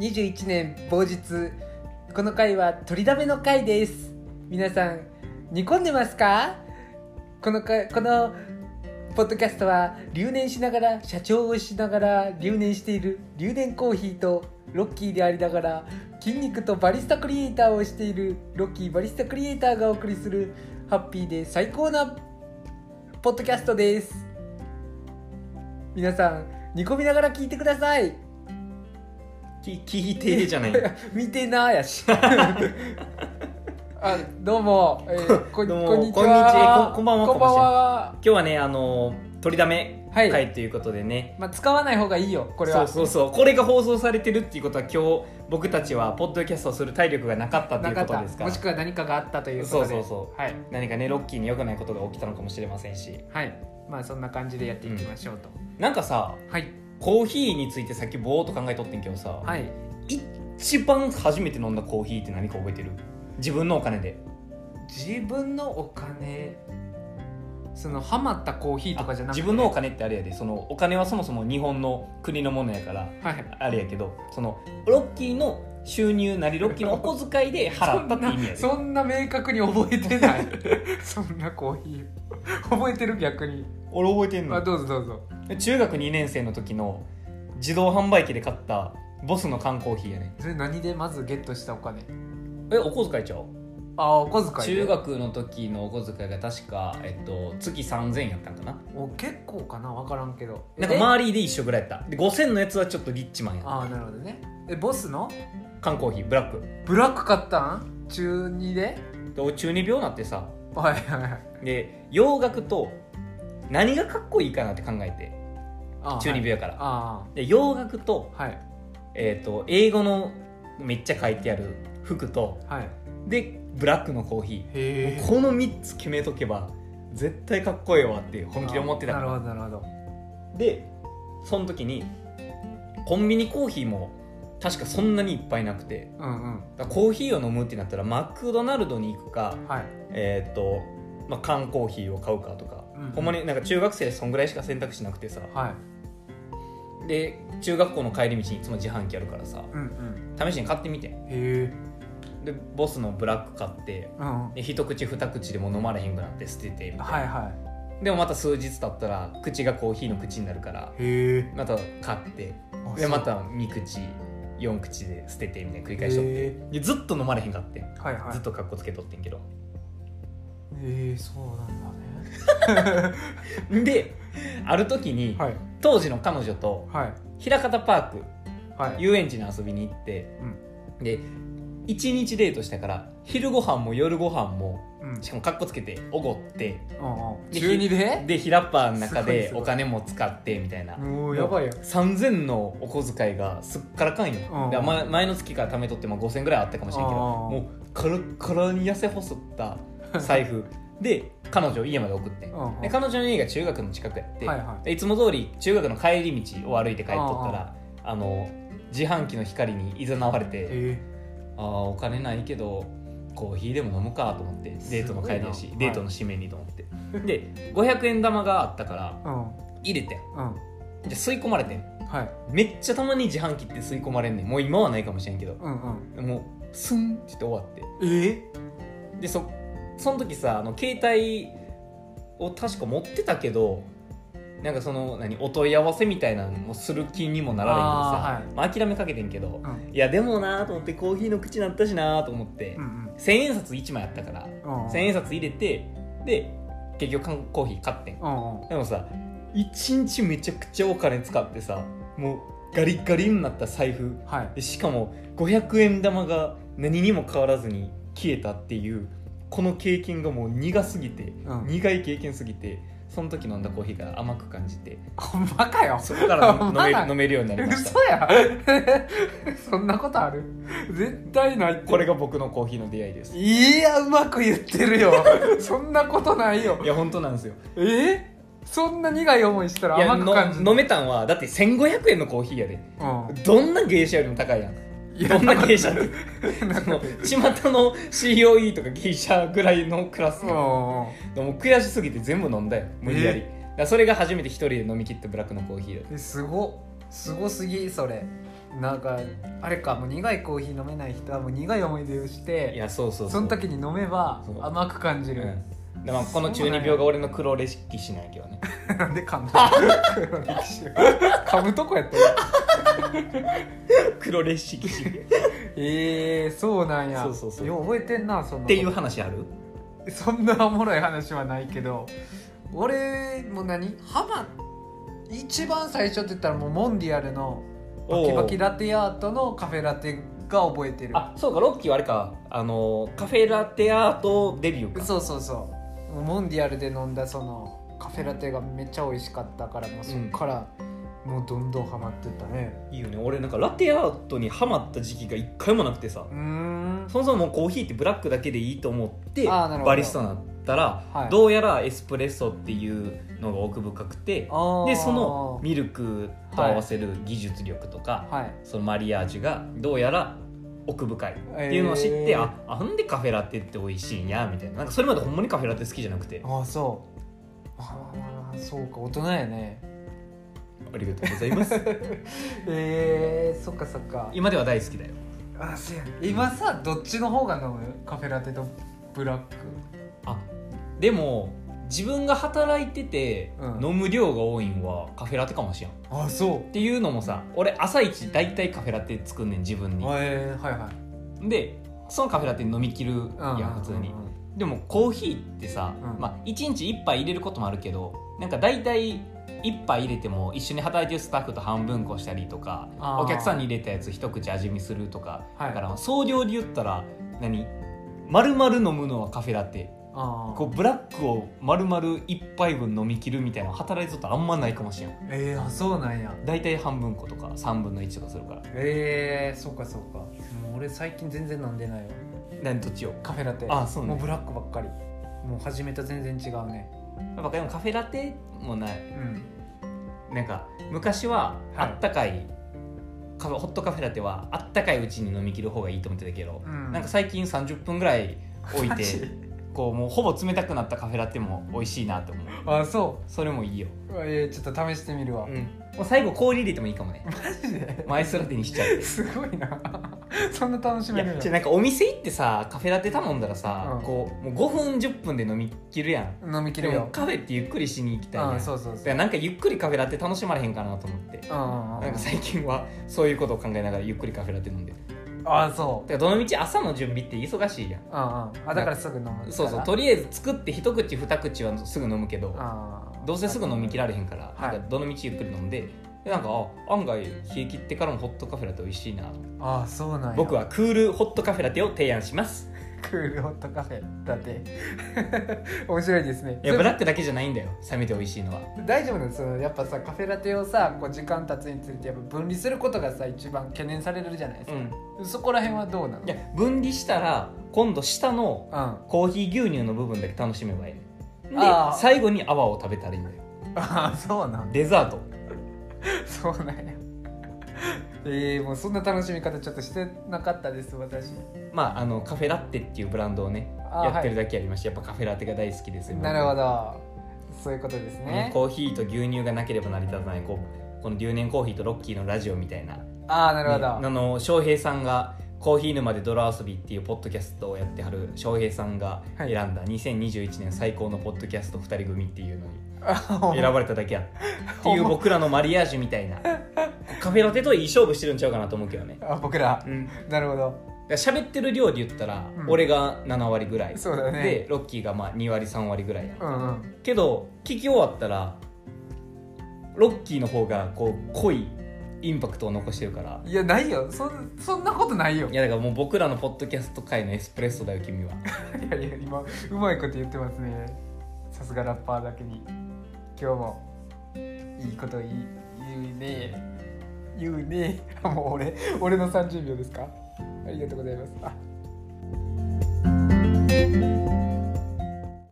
2021年某日この回は取りだめの回です皆さん煮込んでますかこのかこのポッドキャストは留年しながら社長をしながら留年している留年コーヒーとロッキーでありながら筋肉とバリスタクリエイターをしているロッキーバリスタクリエイターがお送りするハッピーで最高なポッドキャストです皆さん煮込みながら聞いてくださいき 聞いてじゃない 見てなーや しあどうも、えー、こ どうもこんにちはこんにちはこんばんはこんばんは今日はねあの取りだめはい会ということでね、まあ、使わない方がいいよこれはそうそうそうこれが放送されてるっていうことは今日僕たちはポッドキャストをする体力がなかったといなかうこっとたですからもしくは何かがあったということでそうそうそうはい、何かねロッキーに良くないことが起きたのかもしれませんしはい、まあそんな感じでやっていきましょうと、なんかさはいコーヒーについてさっきぼーっと考えとってんけどさ、はい一番初めて飲んだコーヒーって何か覚えてる自分のお金で自分のお金そのハマったコーヒーとかじゃなくて自分のお金ってあれやでそのお金はそもそも日本の国のものやからはいあれやけどそのロッキーの収入なりロッキーのお小遣いで払ったって意味やでそんな明確に覚えて ないそんなコーヒー覚えてる逆に、俺覚えてんあのどうぞどうぞ中学2年生の時の自動販売機で買ったボスの缶コーヒーやねそれ何でまずゲットしたお金えお小遣いちゃうああお小遣いで中学の時のお小遣いが確か、えっと、月3000円やったんかなお結構かな分からんけどなんか周りで一緒ぐらいやったで5000のやつはちょっとリッチマンやえったああなるほどねえボスの缶コーヒーブラックブラック買ったん中2でで俺中二病なってさはいはいはいで洋楽と何がかっこいいかなって考えてああ中二病やから、あで洋楽と,、あはいえー、と英語のめっちゃ書いてある服とはいでブラックのコーヒへえーこの3つ決めとけば絶対かっこいいわって本気で思ってたなかるほらどなるほどでその時にコンビニコーヒーも確かそんなにいっぱいなくてうんうんだからコーヒーを飲むってなったらマクドナルドに行くかはいえっ、と、まあ、缶コーヒーを買うかとか、うんほんまになんか中学生そんぐらいしか選択肢なくてさはいで中学校の帰り道にいつも自販機あるからさうんうん試しに買ってみてへえでボスのブラック買ってうんうんで一口二口でも飲まれへんくなって捨ててみたいな、はいはでもまた数日経ったら口がコーヒーの口になるからいへえまた買ってあでそうまた3口4口で捨ててみたいな繰りへ返しとってえでずっと飲まれへんかってんはいはいずっとかっこつけとってんけどええそうなんだねである時に、はい当時の彼女とはい枚方パークはい遊園地に遊びに行って、で1日デートしたから昼ご飯も夜ご飯もうんしかもかっこつけておごってうんうんで中2ででひらっぱの中すごいですごいお金も使ってみたいなもうやばいやん3000のお小遣いがすっからかんようんで前前の月から貯めとっても5000ぐらいあったかもしれんけどうんもうカラッカラに痩せ細った財 布で彼女を家まで送ってんうんうんで彼女の家が中学の近くやって、はいはいでいつも通り中学の帰り道を歩いて帰っとったらあの自販機の光にいざなわれてへあーお金ないけどコーヒーでも飲むかと思ってデートの帰りやすしごいなデートの締めにと 思って、で500円玉があったからえうん入れてんうんじゃ吸い込まれてんはいめっちゃたまに自販機って吸い込まれんねんもう今はないかもしれんけどうんうんもうスンって言って終わってええでそその時さあの携帯を確か持ってたけどなんかその何お問い合わせみたいなのもする気にもなられへんのあさーはまあ、諦めかけてんけど、うんいやでもなーと思ってコーヒーの口になったしなーと思って、うん千円札1枚あったからうんうん千円札入れてで結局缶コーヒー買ってんうんうんでもさ一日めちゃくちゃお金使ってさもうガリガリになった財布はいでしかも500円玉が何にも変わらずに消えたっていうこの経験がもう苦すぎて、うん苦い経験すぎてその時飲んだコーヒーが甘く感じてほんまかよそこから飲 まめだる飲めるようになりました嘘や そんなことある絶対ないってこれが僕のコーヒーの出会いですいやうまく言ってるよ そんなことないよいや本当なんですよえそんな苦い思いしたいらや甘く感じるの飲めたんはだって1500円のコーヒーやでうどんな芸者よりも高いやんんいやどんな芸者ってなんそかの巷の COE とか芸者ぐらいのクラスうんでうんうんも悔しすぎて全部飲んだよ無理やりだからそれが初めて一人で飲み切ったブラックのコーヒーだえすごすごすぎそれなんかあれかもう苦いコーヒー飲めない人はもう苦い思い出をしいてやそうそうそうの時に飲めばそう甘く感じる、うんでまあこの中二病が俺の黒歴史なんやけどね なんで噛ん だ噛むとこやったよ黒歴史っえー、そうなんやそうそうそうよう覚えてんなそんなこという話あるそんなおもろい話はないけど俺も何ハマ一番最初って言ったらもうモンディアルのバキバキだラテアートのカフェラテが覚えてるあそうかロッキーはあれかあのカフェラテアートデビューかそうそうそうモンディアルで飲んだそのカフェラテがめっちゃ美味しかったからもうそっからもうどんどんハマってったねいいよね俺なんかラテアートにハマった時期が一回もなくてさうーんそもそももうコーヒーってブラックだけでいいと思ってあーなるほどバリスタになったら、はいどうやらエスプレッソっていうのが奥深くてあーでそのミルクと合わせる技術力とか、はいそのマリアージュがどうやら奥深いっていうのを知って、えーああなんでカフェラテって美味しいんやみたいななんかそれまでほんまにカフェラテ好きじゃなくてああそうああそうか大人やねありがとうございます えー、そっかそっか今では大好きだよあそうや今さどっちの方が飲むカフェラテとブラックあでも自分が働いてて、うん飲む量が多いんはカフェラテかもしれんっあそていうのもさ俺朝一大体カフェラテ作んねん自分にえー、はいはいでそのカフェラテ飲みきるうんやん普通にうんうんうんでもコーヒーってさ、うんまあ、1日1杯入れることもあるけどなんか大体1杯入れても一緒に働いてるスタッフと半分こしたりとかあーお客さんに入れたやつ一口味見するとか、はいだから総量で言ったら何丸々飲むのはカフェラテあこうブラックを丸々1杯分飲み切るみたいな働いてるとあんまないかもしれんーえー、あそうなんや大体半分ことか3分の1とかするからえー、そうかそうかもう俺最近全然飲んでないよ何どっちをカフェラテあそうねもうブラックばっかりもう始めた全然違うねやっぱでもカフェラテもないうんなんか昔はあはいったかいカフェホットカフェラテはあったかいうちに飲み切る方がいいと思ってたけど、うんなんか最近30分ぐらい置いマてジこうもうほぼ冷たくなったカフェラテも美味しいなと思うあそそれもいいよ、ううわえー、ちょっと試してみるわ、うん、もう最後氷入れてもいい かもねマジでマイスラテにしちゃうすごいなそ んな楽しいめるやのじゃあなんかお店行ってさカフェラテ頼んだらさ、うんこうもう5分10分で飲み切るやん飲みきるでもよカフェってゆっくりしに行きたいやん、うんだそうそうかそうらなんかゆっくりカフェラテ楽しまれへんかなと思って、うんうんうなんんか最近はそういうことを考えながらゆっくりカフェラテ飲んでるあそうだからどのみち朝の準備って忙しいやんうんうんあだからすぐ飲むそうそうと鳥りあえず作って一口二口はすぐ飲むけどあーどうせすぐ飲みきられへんから,、はいなんかどのみちゆっくり飲んででなんかあ案外冷え切ってからもホットカフェラテ美味しいなああそうなんや僕はクールホットカフェラテを提案しますクールホットカフェだって 面白いですねいやブラックだけじゃないんだよ冷めて美味しいのは大丈夫なのそのやっぱさカフェラテをさこう時間経つにつれてやっぱ分離することがさ一番懸念されるじゃないですうか、んそこら辺はどうなのいや分離したら今度下のうんあコーヒー牛乳の部分だけ楽しめばいいであー最後に泡を食べたらいいんだよあそうなんだデザート そうなんやえー、もうそんな楽しみ方ちょっとしてなかったです私まあ、あのカフェラッテっていうブランドをねあやってるだけありまして、やっぱカフェラテが大好きですよなるほどそういうことですねねコーヒーと牛乳がなければ成り立たないこうこの留年コーヒーとロッキーのラジオみたいなああなるほど、ねあの翔平さんが「コーヒー沼で泥遊び」っていうポッドキャストをやってはる翔平さんが選んだ2021年最高のポッドキャスト2人組っていうのに あ選ばれただけやっていう僕らのマリアージュみた いなこうカフェラテといい勝負してるんちゃうかなと思うけどね、あ僕らうん、なるほどだから喋ってる量で言ったら、うん俺が7割ぐらいそうだねでロッキーがまあ2割3割ぐらいやうんうんけど聞き終わったらロッキーの方がこう濃いインパクトを残してるからいやないよそんそんなことないよいやだからもう僕らのポッドキャスト界のエスプレッソだよ君はいやいや今うまいこと言ってますねさすがラッパーだけに今日もいいこと言い言うね言うね あもう俺俺の30秒ですかありがとうございますあ